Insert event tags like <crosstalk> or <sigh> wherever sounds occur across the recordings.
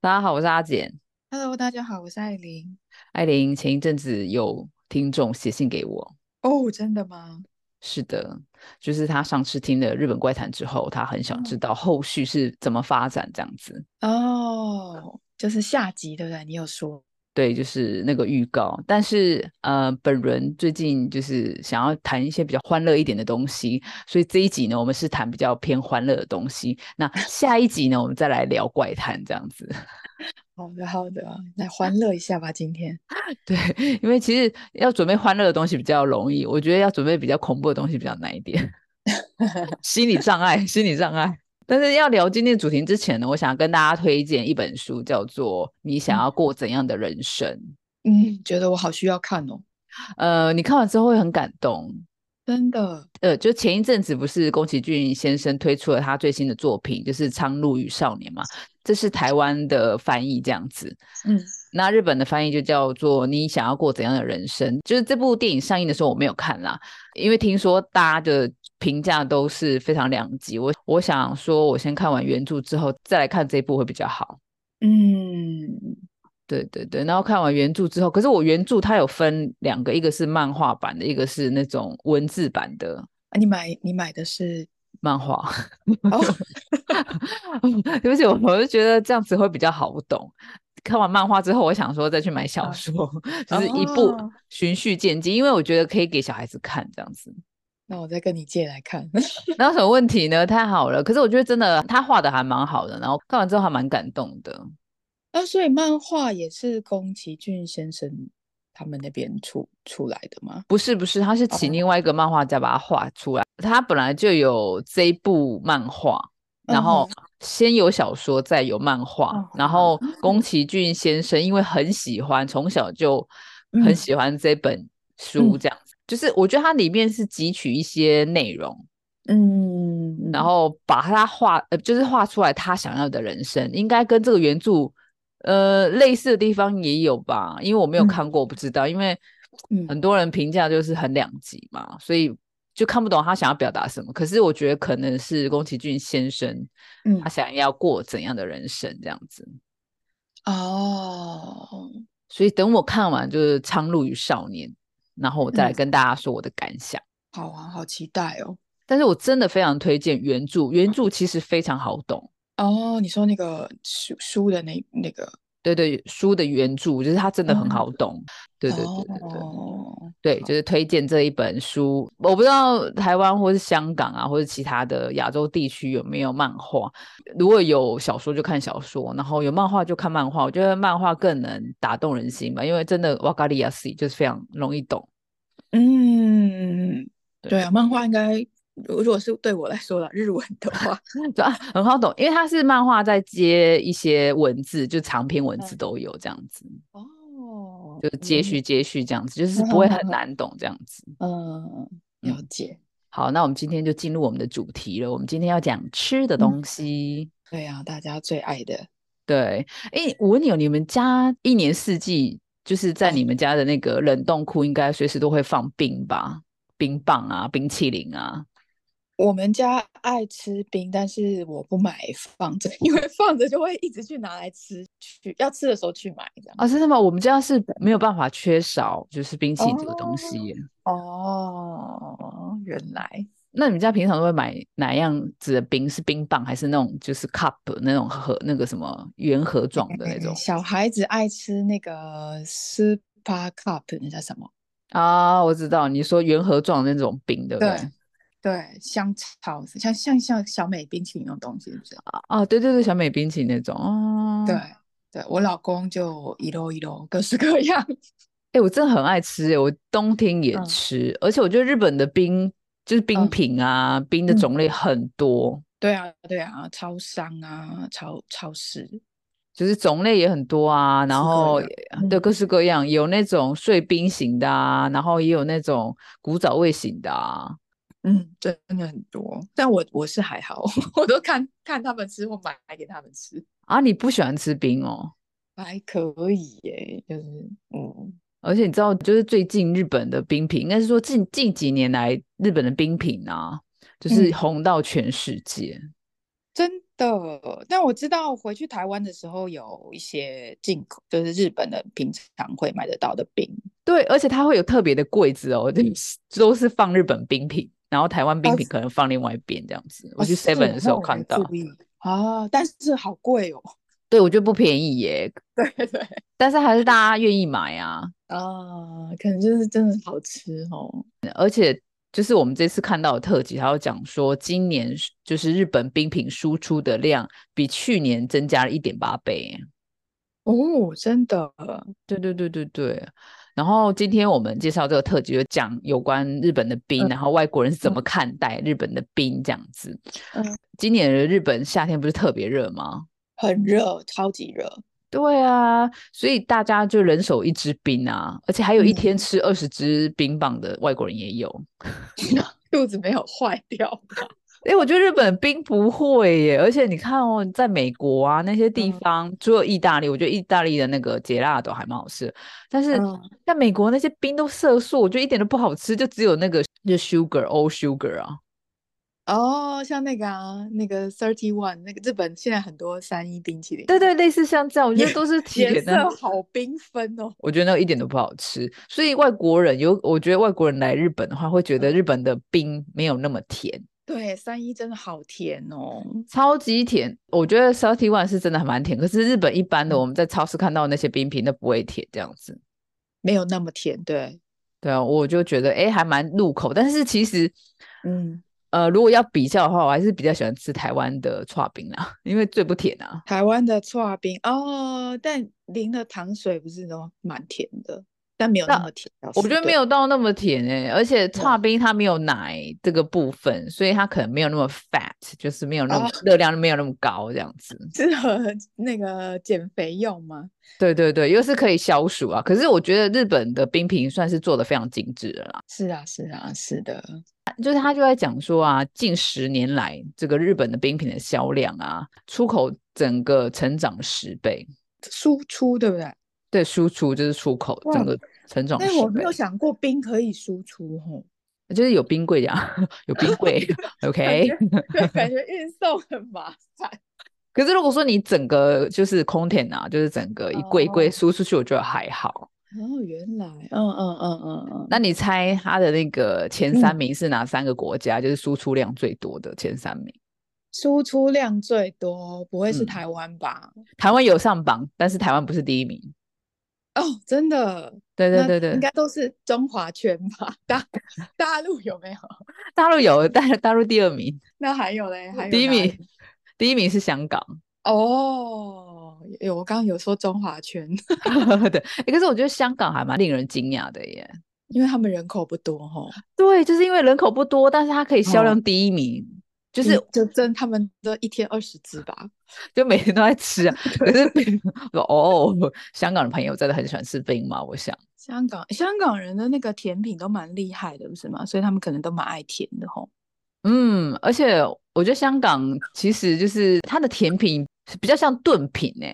大家好，我是阿简。 Hello，大家好，我是艾琳。艾琳，前一阵子有听众写信给我，哦，真的吗？是的，就是他上次听了《日本怪谈》之后，他很想知嗯道后续是怎么发展这样子。哦，就是下集，对不对？你有说，对，就是那个预告。但是呃，本人最近就是想要谈一些比较欢乐一点的东西，所以这一集呢，我们是谈比较偏欢乐的东西。那下一集呢，我们再来聊怪谈这样子。好的，哦好 <laughs> 的，来欢乐一下吧，今天。 <laughs> 对，因为其实要准备欢乐的东西比较容易，我觉得要准备比较恐怖的东西比较难一点。 <laughs> 心理障碍，心理障碍。但是要聊今天的主题之前呢，我想跟大家推荐一本书，叫做《你想嗯要过怎样的人生》。嗯，觉得我好需要看哦，呃，你看完之后会很感动。真的。呃，就前一阵子不是宫崎骏先生推出了他最新的作品，就是《苍鹭与少年》嘛，这是台湾的翻译这样子。嗯，那日本的翻译就叫做“你想要过怎样的人生”。就是这部电影上映的时候我没有看啦，因为听说大家的评价都是非常两极。我我想说，我先看完原著之后再来看这一部会比较好。 <laughs> 嗯，对对对，然后看完原著之后，可是我原著它有分两个，一个是漫画版的，一个是那种文字版的啊，你买你买的是漫画。 <laughs> 哦， <laughs> 对不起，我我就觉得这样子会比较好懂。看完漫画之后，我想说再去买小啊说， <laughs> 就是一步哦，循序渐进，因为我觉得可以给小孩子看这样子。 <laughs> 那我再跟你借来看。 <laughs> 然后什么问题呢？太好了，可是我觉得真的他画的还蛮好的，然后看完之后还蛮感动的。啊，所以漫画也是宫崎骏先生他们那边出出来的吗？不是不是，他是请另外一个漫画家把它画出来。他本来就有这一部漫画，然嗯后哼先有小说，再有漫画。哦然后宫崎骏先生因为很喜欢，从小就很嗯喜欢这本书，嗯这样子、就是我觉得它里面是汲取一些内容，嗯，然后把它画，呃，就是画出来他想要的人生，应该跟这个原著，呃，类似的地方也有吧？因为我没有嗯看过，我不知道。因为嗯很多人评价就是很两极嘛，所以就看不懂他想要表达什么。可是我觉得可能是宫崎骏先生嗯他想要过怎样的人生这样子。哦，所以等我看完就是《苍鹭与少年》，然后我再来嗯跟大家说我的感想。好啊，好期待哦。但是我真的非常推荐原著，原著其实非常好懂。哦，你说那个书书的那那个，对对，书的原著就是它真的很嗯好懂。对对对对对哦，对，就是推荐这一本书。我不知道台湾或是香港啊，或是其他的亚洲地区有没有漫画。如果有小说就看小说，然后有漫画就看漫画。我觉得漫画更能打动人心吧，因为真的哇咖喱亚西就是非常容易懂。嗯，对对啊，漫画应该，如如果是对我来说啦，日文的 <laughs> 话， <laughs> 就啊，很好懂，因为它是漫画在接一些文字，就长篇文字嗯都有这样子，哦，就接续接续这样子，就是嗯不 <laughs> 会很嗯难懂这样子。嗯，了嗯解，好，那我们今天就进入我们的主题了。我们今天要讲吃的嗯东西。对啊，大家最爱的，对，诶，我问你哦，你们家一年四季就是在嗯你们家的那个冷冻库，应该随时都会放冰吧？冰棒啊，冰淇淋啊。我们家爱吃冰，但是我不买放着， <laughs> 因为放着就会一直去拿来吃，去要吃的时候去买这样。啊，真的吗？我们家是没有办法缺少就是冰淇淋这个东西哦耶。哦，原来那你们家平常都会买哪样子的冰？是冰棒还是那种就是 cup 那种盒那个什么圆盒状的那种？小孩子爱吃那个 Super Cup，那叫什么？啊，我知道，你说圆盒状的那种冰，对不对？对对，香草像像像小美冰淇淋那种东西，是不是？啊啊，对对对，小美冰淇淋那种。哦，对对，我老公就一摞一摞，各式各样。 <laughs> 哎、我真的很爱吃、欸，我冬天也嗯吃，而且我觉得日本的冰就是冰嗯品啊，冰的嗯，种类很多，对啊对啊，超商啊，超超市，就是种类也很多啊。各然式各后样。也对嗯各式各样，有那种碎冰型的啊，然后也有那种古早味型的啊。嗯，真的很多。但我我是还好， <laughs> 我都看看他们吃，或买给他们吃。啊，你不喜欢吃冰哦？还可以耶，就是嗯，而且你知道，就是最近日本的冰品，应该是说近近几年来日本的冰品啊，就是嗯，红到全世界。真的，但我知道回去台湾的时候有一些进口，就是日本的平常会买得到的冰。对，而且它会有特别的柜子哦，就是 <laughs> 都是放日本冰品，然后台湾冰哦品可能放另外一边这样子。我哦去是哦 Seven 的时那候我看没到，注意啊，但是好贵 <laughs> 哦。对我觉得不便宜耶，对对但是还是大家愿意买啊。啊，可能就是真的好吃哦。就是我们这次看到的特辑，它有讲说，今年是就是日本冰品输出的量比去年增加了一点八倍。哦，真的，对对对对对。然后今天我们介绍这个特辑，就讲有关日本的冰，嗯然后外国人是怎嗯么看待日本的冰这样子。嗯今年的日本夏天不是特别热吗？很热，超级热。对啊，所以大家就人手一支冰啊，而且还有一嗯天吃二十支冰棒的外国人也有。肚子没有坏掉吧？哎、我觉得日本冰不会耶，而且你看哦，在美国啊那些地嗯方，除了意大利，我觉得意大利的那个杰拉都还蛮好吃的，但是嗯在美国那些冰都色素，我觉得一点都不好吃，就只有那个就 sugar all sugar 啊，哦，像那个啊，那个 Thirty One，那个日本现在很多三一冰淇淋，对对，类似像这样，我觉得颜都 <laughs> 是甜颜的色。好缤纷哦。我觉得那个一点都不好吃，所以外国人有，我觉得外国人来日本的话，会觉得日本的冰没有那么甜，对，三一真的好甜哦。超级甜。我觉得 s a l t y One 是真的还蛮甜，可是日本一般的嗯我们在超市看到的那些冰品都不会甜这样子。没有那么甜，对，对啊，我就觉得哎、诶还蛮入口，但是其实嗯，呃，如果要比较的话，我还是比较喜欢吃台湾的刨冰啦，因为最不甜啊。台湾的刨冰哦，但淋了糖水不是都蛮甜的，但没有那那么甜。倒我是嗯觉得没对有到那么甜哎、而且对刨冰它没有奶这个部分，所以它可能没有那么 fat，就是没有那么哦热量没有那么高这样子。适合 <laughs> 那个减肥用吗？对对对，又是可以消暑啊。可是我觉得日本的冰品算是做的非常精致的啦，是啊，是啊，是的，就是他就在讲说啊，近十年来这个日本的冰品的销量啊，出口整个成长十倍，输出对不对？对，输出就是出口哇整个成长但十我没倍有，想过冰可以输出哦 <laughs> 吼，就是有冰柜呀， <laughs> 有冰 <laughs> 柜，OK 感。觉对，感觉运送很麻 <laughs> 烦。可是如果说你整个就是空田啊，就是整个一柜一柜哦输出去，我觉得还好。哦，原来，嗯嗯嗯嗯嗯，那你猜它的那个前嗯三名是哪三个国家？就是输出量最多的前三名。输出量最多，不会是嗯台湾吧？台湾有上榜，但是台湾不是第一名。哦，真的，对对那对对应，该都是中华圈吧？ <laughs> 大大陆有没有？大陆有，但是大陆第二名，那还有嘞，还有第一哪里名， <laughs> 第一名是香港。 <laughs> 哦。有，我刚刚有说中华圈， <laughs> 对、诶可是我觉得香港还蛮令人惊讶的耶。因为他们人口不多吼，对，就是因为人口不多，但是它可以销哦量第一名，就就是就真他们都一天二十只吧。就每天都在吃 <laughs> 啊。可是我哦，香港的朋友真的很喜欢吃冰嘛，我想。香港香港人的那个甜品都蛮厉害的，不是吗？所以他们可能都蛮爱甜的吼。嗯，而且我觉得香港其实就是它的甜品是比较像炖品呢、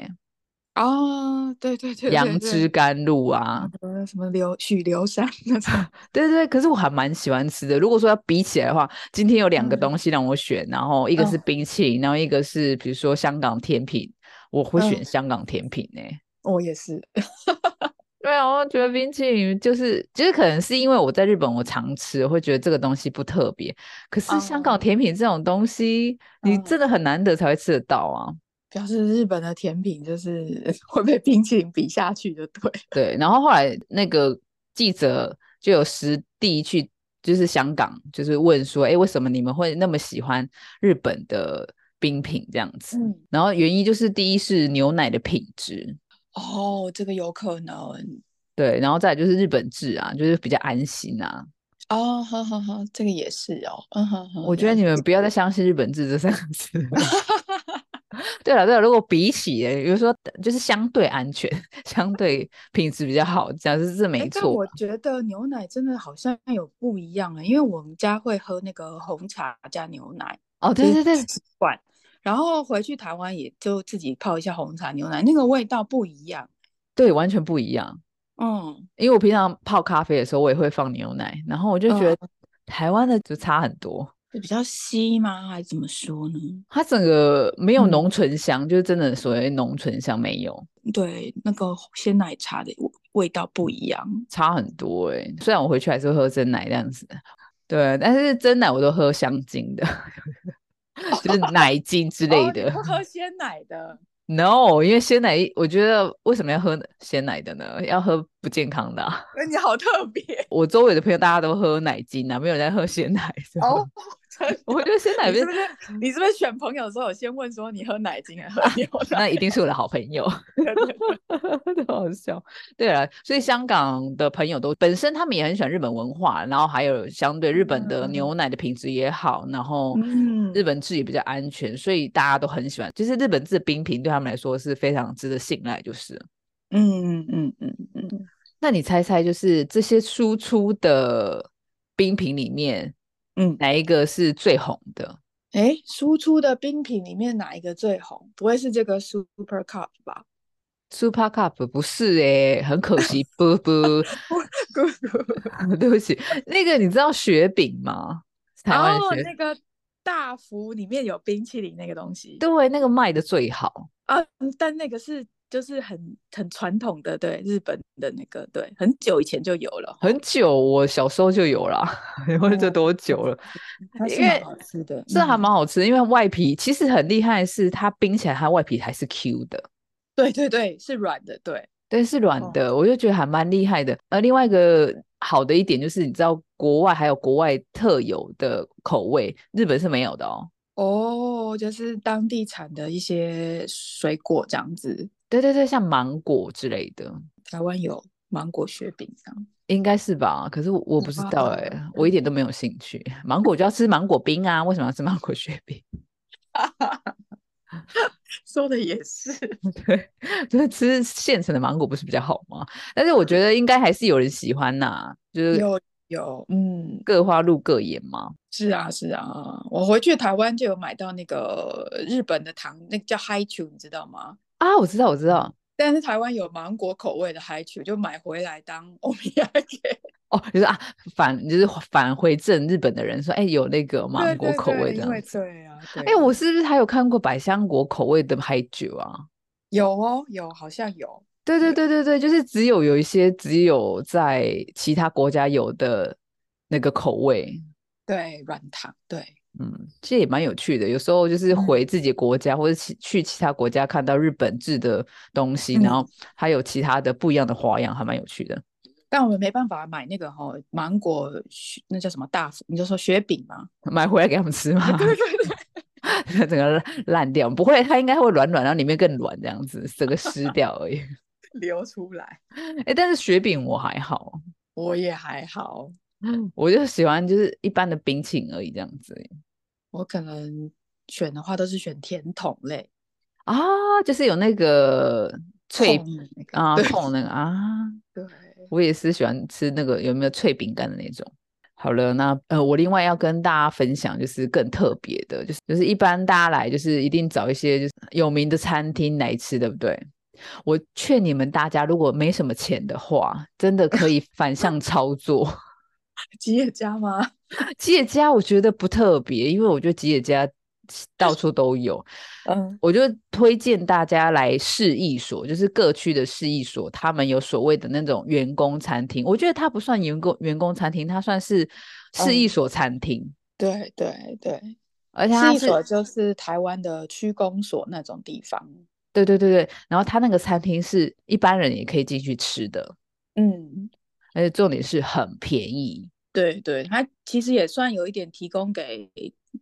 啊，对对对对杨对，枝甘露啊，什么什么流许啊留山那种，对对对。可是我还蛮喜欢吃的。如果说要比起来的话，今天有两个嗯东西让我选，然后一个是嗯冰淇淋，然后一个是比如说香港甜品，我会选嗯香港甜品欸呢、我也是。对啊，我觉得冰淇淋就是，就是可能是因为我在日本我常吃，会觉得这个东西不特别。可是香港哦嗯甜品这种东西，你真的很难得才会吃得到啊。表示日本的甜品就是 <laughs> 会被冰淇淋比下去，就对。对，然后后来那个记者就有实地去，就是香港，就是问说，哎，为什么你们会那么喜欢日本的冰品这样子？嗯，然后原因就是第一是牛奶的品质，哦，这个有可能。对，然后再来就是日本制啊，就是比较安心啊。哦，好好好，这个也是哦。嗯哼哼，我觉得了你解们不要再相信日本制这三个字。 <laughs> 对了对了，如果比起，比如说就是相对安全、 <laughs> 相对品质比较好，这样是是哎，没但错啊我。觉得牛奶真的好像有不一样啊，因为我们家会喝那个红茶加牛奶，哦，就对是对对，自己灌，然后回去台湾也就自己泡一下红茶牛奶，那个味道不一样。对，完全不一样。嗯，因为嗯我平常泡咖啡的时候，我也会放牛奶，然后我就觉得台湾的就差很多。就比较稀吗？还是怎么说呢？它整个没有嗯浓醇香，就是真的所谓浓醇香没有，对，那个鲜奶茶的味味道不一样。差很多哎、虽然我回去还是会喝真奶这样子，对，啊但是真奶我都喝香精的， <laughs> 就是奶精之类哦你的。不喝鲜奶的， No，因为鲜奶，我觉得为什么要喝鲜奶的呢？要喝不健康的啊、那哎你好特 <laughs> 别我周围的朋友大家都喝奶精啊，没有人在喝鲜奶的。哦，。真的 <laughs> 我觉得鲜奶不你是是不是你是不是选朋友的时候有先问说你喝奶精 <laughs> 还是喝牛奶？那一定是我的好朋友， <laughs> 对对对太好笑。对了，所以香港的朋友都本身他们也很喜欢日本文化，然后还有相对日本的嗯牛奶的品质也好，然后嗯日本制也比较安全，所以大家都很喜欢。就是日本制的冰品对他们来说是非常值得信赖，就是了。嗯嗯嗯嗯，那你猜猜，就是这些输出的冰品里面，嗯哪一个是最红的？哎，输出的冰品里面哪一个最红？不会是这个 Super Cup 吧？ <laughs> Super Cup 不是诶、很可惜，不不， <laughs> 对不起，那个你知道雪饼吗？台湾的哦，雪，那个大福里面有冰淇淋那个东西对，那个卖的最好，啊，嗯但那个是就是很很传统的，对日本的那个，对，很久以前就有了，很久，我小时候就有啦， <laughs> 或者哦多久了？它是因蛮为好吃的，这还嗯蛮好吃，因为外皮其实很厉害，是它冰起来，它外皮还是 Q 的。对对对，是软的，对，对，是软哦的，我就觉得还蛮厉害的。而另外一个好的一点就是，你知道国外还有国外特有的口味，日本是没有的哦。哦，就是当地产的一些水果这样子，对对对，像芒果之类的，台湾有芒果雪饼这样，应该是吧？可是我我不知道哇哎、我一点都没有兴趣。芒果就要吃芒果冰啊，为什么要吃芒果雪饼？说的也是，对， <laughs> 就是吃现成的芒果不是比较好吗？但是我觉得应该还是有人喜欢呐、就是有有，嗯，各花入各眼嘛。是啊是啊，我回去台湾就有买到那个呃日本的糖，那个叫 h i c h u 你知道吗？啊，我知道，我知道。但是台湾有芒果口味的 h i c h u 就买回来当欧米 <laughs> 茄给，哦，就是啊，返就是返回赠日本的人说，哎、有那个芒对果对口对味这因为样子。对啊，哎、对我是不是还有看过百香果口味的海酒啊？有哦有，好像有，对对对对对，就是只有有一些只有在其他国家有的那个口味，对，软糖，对。嗯，其实也蛮有趣的。有时候就是嗯回自己国家，或者去去其他国家看到日本制的东西，然嗯后还有其他的不一样的花样，还蛮有趣的。但我们没办法买那个哈、芒果雪，那叫什么大福？你就说雪饼吗？ <laughs> 买回来给他们吃嘛， <laughs> 整个烂烂掉，不会，它应该会软软，然后里面更软这样子，整个湿掉而已。 <laughs> 流出来，哎、但是雪饼我还好，我也还好，我就喜欢就是一般的冰淇淋而已这样子我可能选的话都是选甜筒类，啊，就是有那个脆碰那个啊对痛那个啊，对， <laughs> 我也是喜欢吃那个有没有脆饼干的那种。好了，那呃，我另外要跟大家分享就是更特别的，就是就是一般大家来就是一定找一些就是有名的餐厅来吃，对不对？我劝你们大家，如果没什么钱的话，真的可以反向操作。 <laughs> 吉野家吗？吉野家我觉得不特别，因为我觉得吉野家到处都有。嗯，我就推荐大家来市役所，就是各区的市役所，他们有所谓的那种员工餐厅。我觉得它不算员工员工餐厅，它算是市嗯役所餐厅，对对对，而且它是一是所就是台湾的区公所那种地方，对对对对，然后它那个餐厅是一般人也可以进去吃的，嗯，而且重点是很便宜。对对，它其实也算有一点提供给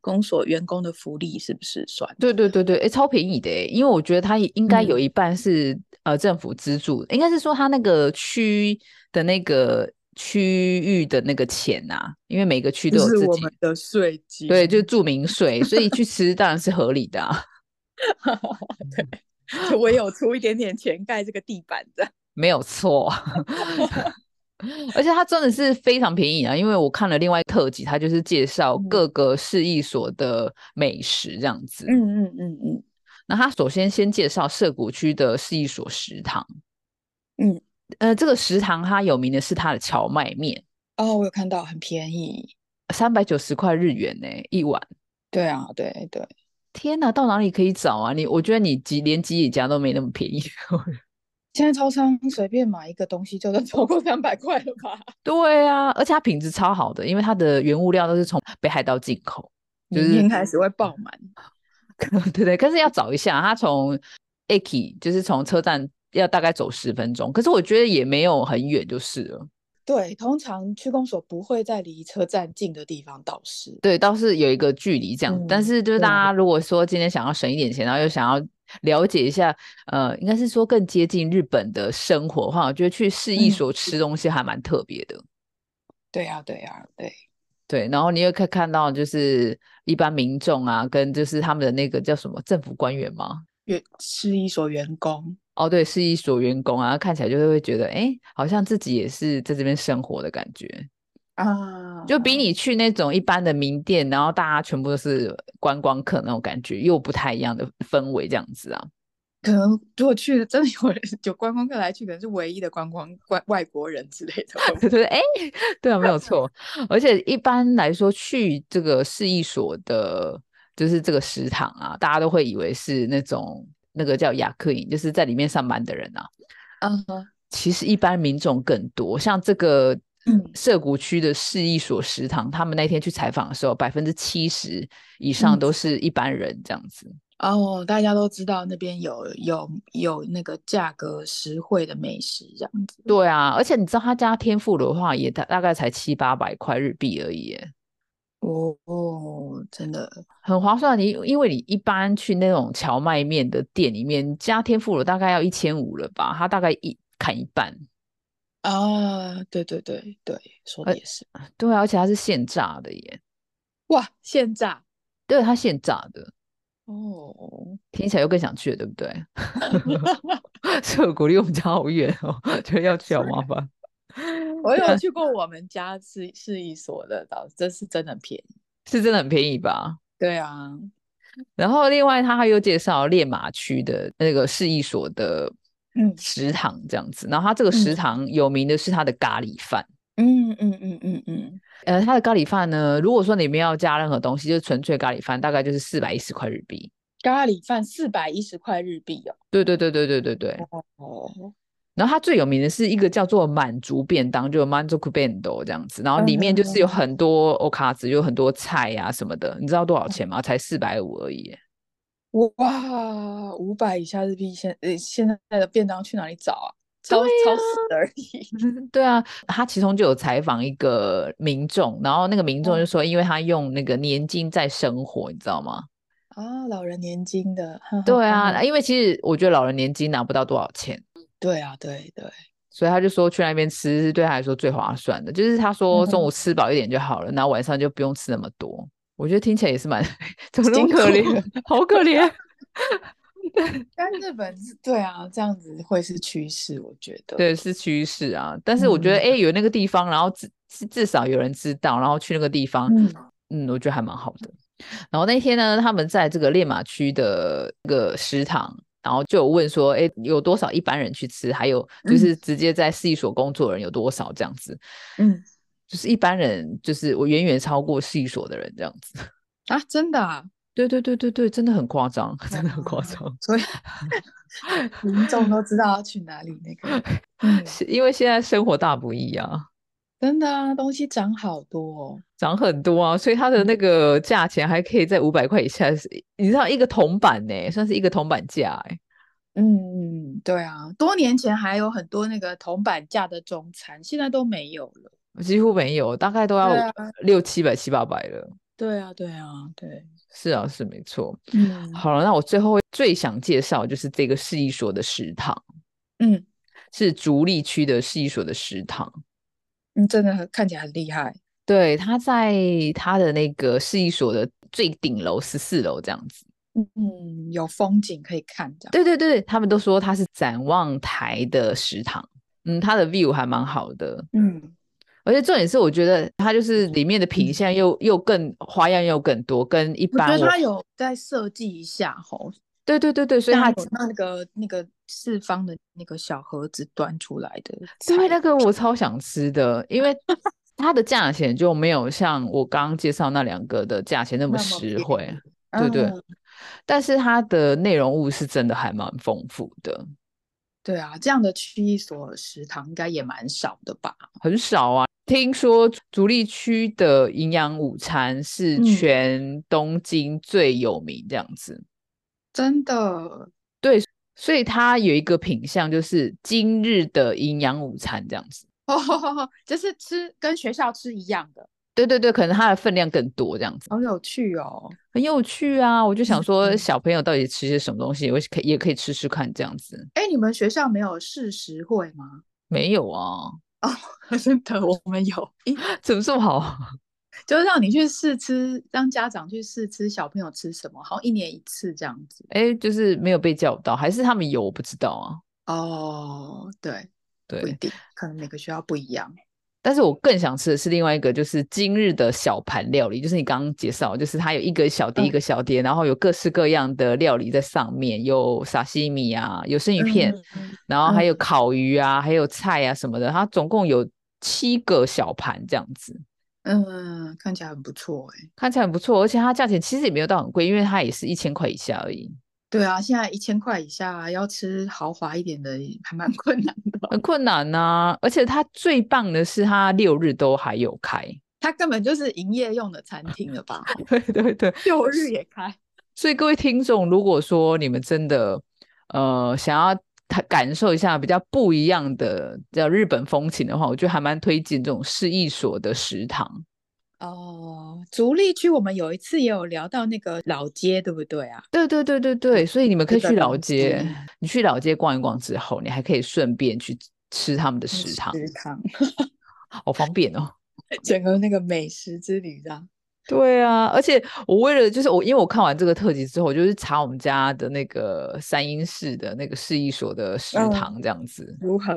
公所员工的福利，是不是算？对对对对，诶，超便宜的诶，因为我觉得它也应该有嗯一半是、呃政府资助，应该是说它那个区的那个区域的那个钱呐、因为每个区都有就是自我己们的 <laughs> 税金，对，就是住民税，所以去吃当然是合理的、啊，对，我有出一点点钱盖这个地板的。没有错。啊 <laughs> 而且它真的是非常便宜啊，因为我看了另外特辑，它就是介绍嗯各个市役所的美食这样子。嗯嗯嗯嗯，那它首先先介绍涩谷区的市役所食堂，嗯，呃，这个食堂它有名的是它的荞麦面，哦，我有看到，很便宜。三百九十块日元呢、一碗。对啊，对对，天哪，到哪里可以找啊？你我觉得你吉连吉野家都没那么便宜。现在超商随便买一个东西就能 <laughs> 超过三百块了吧？对啊，而且它品质超好的，因为它的原物料都是从北海道进口。 <laughs> 就是明天开始会爆满。对对，但是要找一下，它从 Aki 就是从车站要大概走十分钟，可是我觉得也没有很远就是了。对，通常区公所不会在离车站近的地方倒是。对，倒是有一个距离这样，但嗯是就是大对家如果说今天想要省一点钱，然后又想要了解一下，呃，应该是说更接近日本的生活的话，我觉得去市役嗯所吃东西还蛮特别的。对啊，对啊，对，对，然后你又可以看到就是一般民众啊，跟就是他们的那个叫什么政府官员吗？员是一所员工。哦，对，市役所员工啊，看起来就是会觉得，哎，好像自己也是在这边生活的感觉，啊，就比你去那种一般的名店，然后大家全部都是观光客那种感觉，又不太一样的氛围这样子啊。 <laughs> 可能如果去了真的有人有观光客来去，可能是唯一的观光外外国人之类的。对对，哎， <laughs> 对啊，没有错。而且一般来说，去这个市役所的，就是这个食堂啊，大家都会以为是那种那个叫雅克营，就是在里面上班的人啊。嗯，其实一般民众更多，像这个嗯涉谷区的市役所食堂，他们那天去采访的时候，百分之七十以上嗯都是一般人这样子。哦，大家都知道那边有有有那个价格实惠的美食这样子。对啊，而且你知道他家天妇罗的话，也大大概才七八百块日币而已耶，哦哦，真的，很划算。你因为你一般去那种荞麦面的店里面，加天妇罗大概要一千五了吧？它大概一砍一半。啊，对对对对，说的呃也是。对啊，而且它是现炸的耶，哇，现炸对，它现炸的，哦，听起来又更想去了，对不 <laughs> 对？ <laughs> 涩谷离我们家好远哦， <laughs> 觉得要去好麻烦。 <laughs> 我有去过我们家市市一所的，倒这是真的很便宜。是真的很便宜吧？对啊，然后另外他还有介绍练马区的那个市役所的嗯食堂这样子，然后他这个食嗯堂有名的是他的咖喱饭。嗯嗯嗯嗯嗯，呃，他的咖喱饭呢，如果说你们要加任何东西，就是纯粹咖喱饭，大概就是四百一十块日币。咖喱饭四百一十块日币哦。对对对对对对对。哦，然后它最有名的是一个叫做满族便当，就 Manzuku Bento 这样子，然后里面就是有嗯很多 o k a 有很多菜啊什么的。你知道多少钱吗？才四百五而已耶。哇，五百以下日币现呃现在的便当去哪里找啊？超、超市而已。 <laughs> 对啊，他其中就有采访一个民众，然后那个民众就嗯说，因为他用那个年金在生活，你知道吗？啊，老人年金的，哈哈对哈啊，哈因为其实我觉得老人年金拿不到多少钱，对啊，对对，所以他就说去那边吃是对他来说最划算的，就是他说中午嗯吃饱一点就好了，然后晚上就不用吃那么多。我觉得听起来也是蛮， <laughs> 怎么那么辛可怜，好可怜。但日本是对啊，这样子会是趋势，我觉得。 <laughs> 对，是趋势啊。但是我觉得，嗯哎、有那个地方，然后至至至少有人知道，然后去那个地方，嗯嗯，我觉得还蛮好的。然后那天呢，他们在这个练马区的这个食堂，然后就有问说，哎，有多少一般人去吃？还有就嗯是直接在市役所工作的人有多少这样子？嗯就是一般人，就是我远远超过市役所的人这样子。 <laughs> 啊，真的啊，对对对对对，真的很夸张，真的很夸哇张。所以民众都知道要去哪里那个。 <laughs> 嗯，是因为现在生活大不易啊。真的啊，东西涨好多哦。涨很多啊，所以它的那个价钱还可以在五百块以下，是你知道一个铜板呢、算是一个铜板价哎、嗯嗯，对啊，多年前还有很多那个铜板价的中餐，现在都没有了。几乎没有，大概都要对啊，六七百、七八百了。对啊，对啊，对，是啊，是没错。嗯好了，那我最后最想介绍就是这个市役所的食堂，嗯，是竹立区的市役所的食堂。你嗯真的很看起来很厉害。对，它在它的那个市役所的最顶楼十四楼这样子。嗯，有风景可以看，这样。对对对，他们都说它是展望台的食堂，嗯，它的 view 还蛮好的。嗯而且重点是，我觉得它就是里面的品嗯相又又更花样又更多，跟一我觉般得他有在设计一下吼，对对对对，所以它像有那个那个四方的那个小盒子端出来的菜，对那个我超想吃的，因为它的价钱就没有像我刚刚介绍那两个的价钱那么那么实便惠，对对嗯但是它的内容物是真的还蛮丰富的，对啊，这样的区一所食堂应该也蛮少的吧？很少啊。听说竹立区的营养午餐是嗯全东京最有名这样子，真的，所以它有一个品相就是今日的营养午餐这样子。哦， <laughs> 就是吃跟学校吃一样的，对对对，可能它的分量更多这样子，好有趣哦。很有趣啊！我就想说，嗯小朋友到底吃些什么东西，我可以也可以吃吃看这样子。哎，你们学校没有试食会吗？ <laughs> 没有啊， <laughs> 真的，我们有，怎么这么好？啊就是让你去试吃，让家长去试吃小朋友吃什么，好像一年一次这样子。哎，就是没有被叫到，还是他们有我不知道啊。哦，对，不一对，定，可能每个学校不一样。但是我更想吃的是另外一个，就是今日的小盘料理，就是你刚刚介绍，就是它有一个小碟一嗯个小碟，然后有各式各样的料理在上面，有沙西米啊，有生鱼片，嗯然后还有嗯烤鱼啊，还有菜啊什么的，它总共有七个小盘这样子，嗯，看起来很不错哎。看起来很不错，而且它价钱其实也没有到很贵，因为它也是一千块以下而已，对啊，现在一千块以下啊要吃豪华一点的还蛮 <laughs> 困难的。很困难呐、而且它最棒的是，它六日都还有开， <laughs> 它根本就是营业用的餐厅了吧？对对对， <laughs> 六日也开。所以各位听众，如果说你们真的呃想要他感受一下比较不一样的叫日本风情的话，我觉得还蛮推荐这种市役所的食堂。哦，竹立区我们有一次也有聊到那个老街，对不对啊？对对对对对，所以你们可以这去个老东街西，你去老街逛一逛之后，你还可以顺便去吃他们的食堂，食堂， <laughs> 好方便哦。整个那个美食之旅这样。对啊，而且我为了就是我，因为我看完这个特辑之后，我就是查我们家的那个三英市的那个市役所的食嗯堂这样子，如何？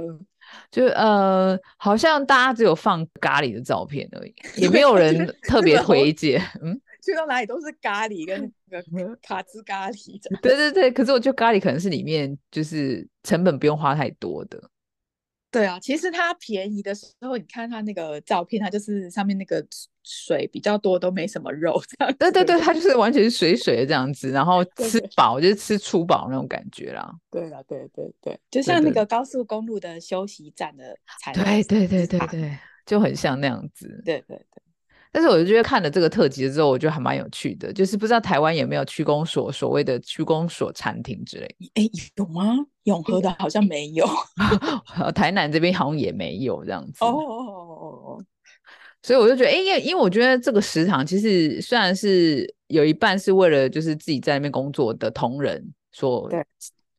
就呃，好像大家只有放咖喱的照片而已，也没有人特日别本好推荐。嗯，去到哪里都是咖喱跟那 <laughs> 个卡兹咖喱这样。对对对，可是我觉得咖喱可能是里面就是成本不用花太多的。对啊，其实它便宜的时候，你看它那个照片，它就是上面那个水比较多，都没什么肉这样。对对对，不它就是完全是水水的这样子，然后对吃对饱就是吃粗饱那种感觉啦。对了，对对对，就像那对个高速公路的休息站的餐，对对对食对堂对，就很像那样子。对对对，但是我就觉得看了这个特辑之后，我觉得还蛮有趣的，就是不知道台湾有没有区公所所谓的区公所餐厅之类的。哎，有吗？永和的好像没 <laughs> 有 <laughs> 呃台南这边好像也没有这样子。哦，所以我就觉得，哎、因为因为我觉得这个食堂其实虽然是有一半是为了就是自己在那边工作的同仁所对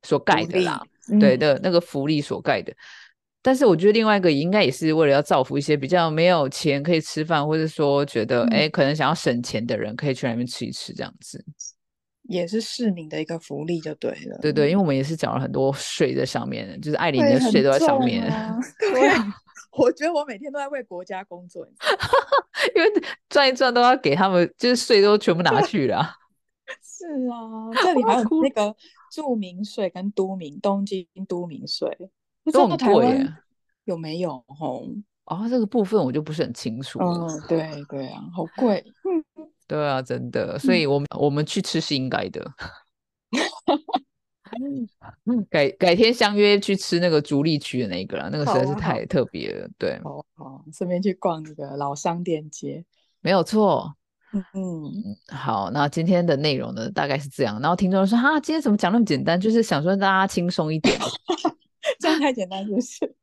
所盖的利啦，对嗯的那个福利所盖的，但是我觉得另外一个应该也是为了要造福一些比较没有钱可以吃饭，或者说觉得哎、嗯诶可能想要省钱的人，可以去那边吃一吃这样子。也是市民的一个福利就对了，对对，因为我们也是缴了很多税在上面，就是艾琳嗯会的很税都在上重面。啊对啊，我觉得我每天都在为国家工 <laughs> 作，你知道吗 <laughs> 因为赚一赚都要给他们，就是税都全部拿去了啊。 <laughs> 是啊，这里我要还有哭那个住民税跟都民东京都民税，不知都道很台贵耶湾有没有吼？哦，这个部分我就不是很清楚了。嗯，对对啊，好贵，对啊，真的，所嗯以我们我们去吃是应该 <laughs> 的。改改天相约去吃那个竹立区的那个啦，那个实好在是啊好太特别了。对，好好，哦顺便去逛那个老商店街。没有错。嗯，好，那今天的内容呢，大概是这样。然后听众说，哈，今天怎么讲那么简单？就是想说大家轻松一点，这样太简单，是不是？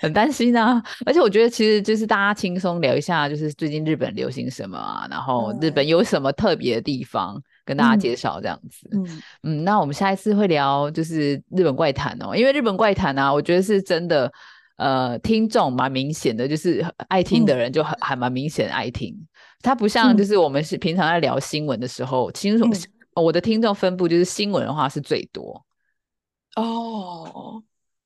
很担心啊。而且我觉得其实就是大家轻松聊一下，就是最近日本流行什么啊，然后日本有什么特别的地方，跟大家嗯介绍这样子。 <laughs> 嗯，嗯，那我们下一次会聊就是日本怪谈哦，因为日本怪谈啊，我觉得是真的，呃，听众蛮明显的，就是爱听的嗯人就很还蛮明显爱听，它不像就嗯是我们是平常在聊新闻的时候，新闻、嗯我的听众分布就是新闻的话是最多，哦，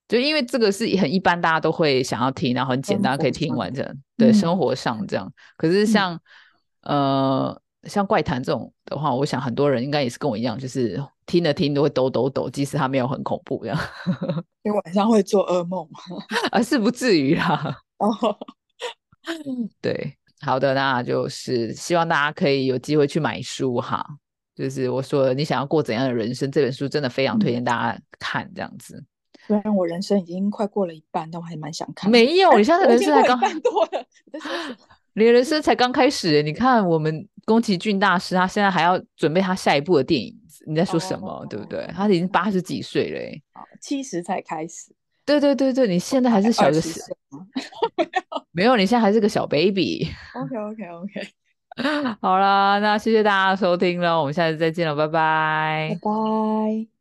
就因为这个是很一般，大家都会想要听，然后很简生单可以活听上完这样，对，生嗯活上这样。可是嗯像、呃像怪谈这种的话，我想很多人应该也是跟我一样，就是听了听都会抖抖抖，即使它没有很恐怖这样， <laughs> 你晚上会做噩梦吗？啊是不至于啦。 <laughs> 哦，对，好的，那就是希望大家可以有机会去买书哈。就是我说的你想要过怎样的人生，这本书真的非常推嗯荐大家看，这样子。虽然我人生已经快过了一半，但我还蛮想看。没有，你现在哎我已人经生过才一刚，半多了， <laughs> 我在说什么你的人生才刚开始。欸你看我们宫崎骏大师，他现在还要准备他下一部的电影，你在说什么？对不对？他已经八十几岁了、欸，七十才开始，对对对对，你现在还是小二个十小，岁吗没有，你现在还是个小 baby。 <laughs> ？OK OK OK，好啦，那谢谢大家的收听了，我们下次再见了，拜拜拜。拜。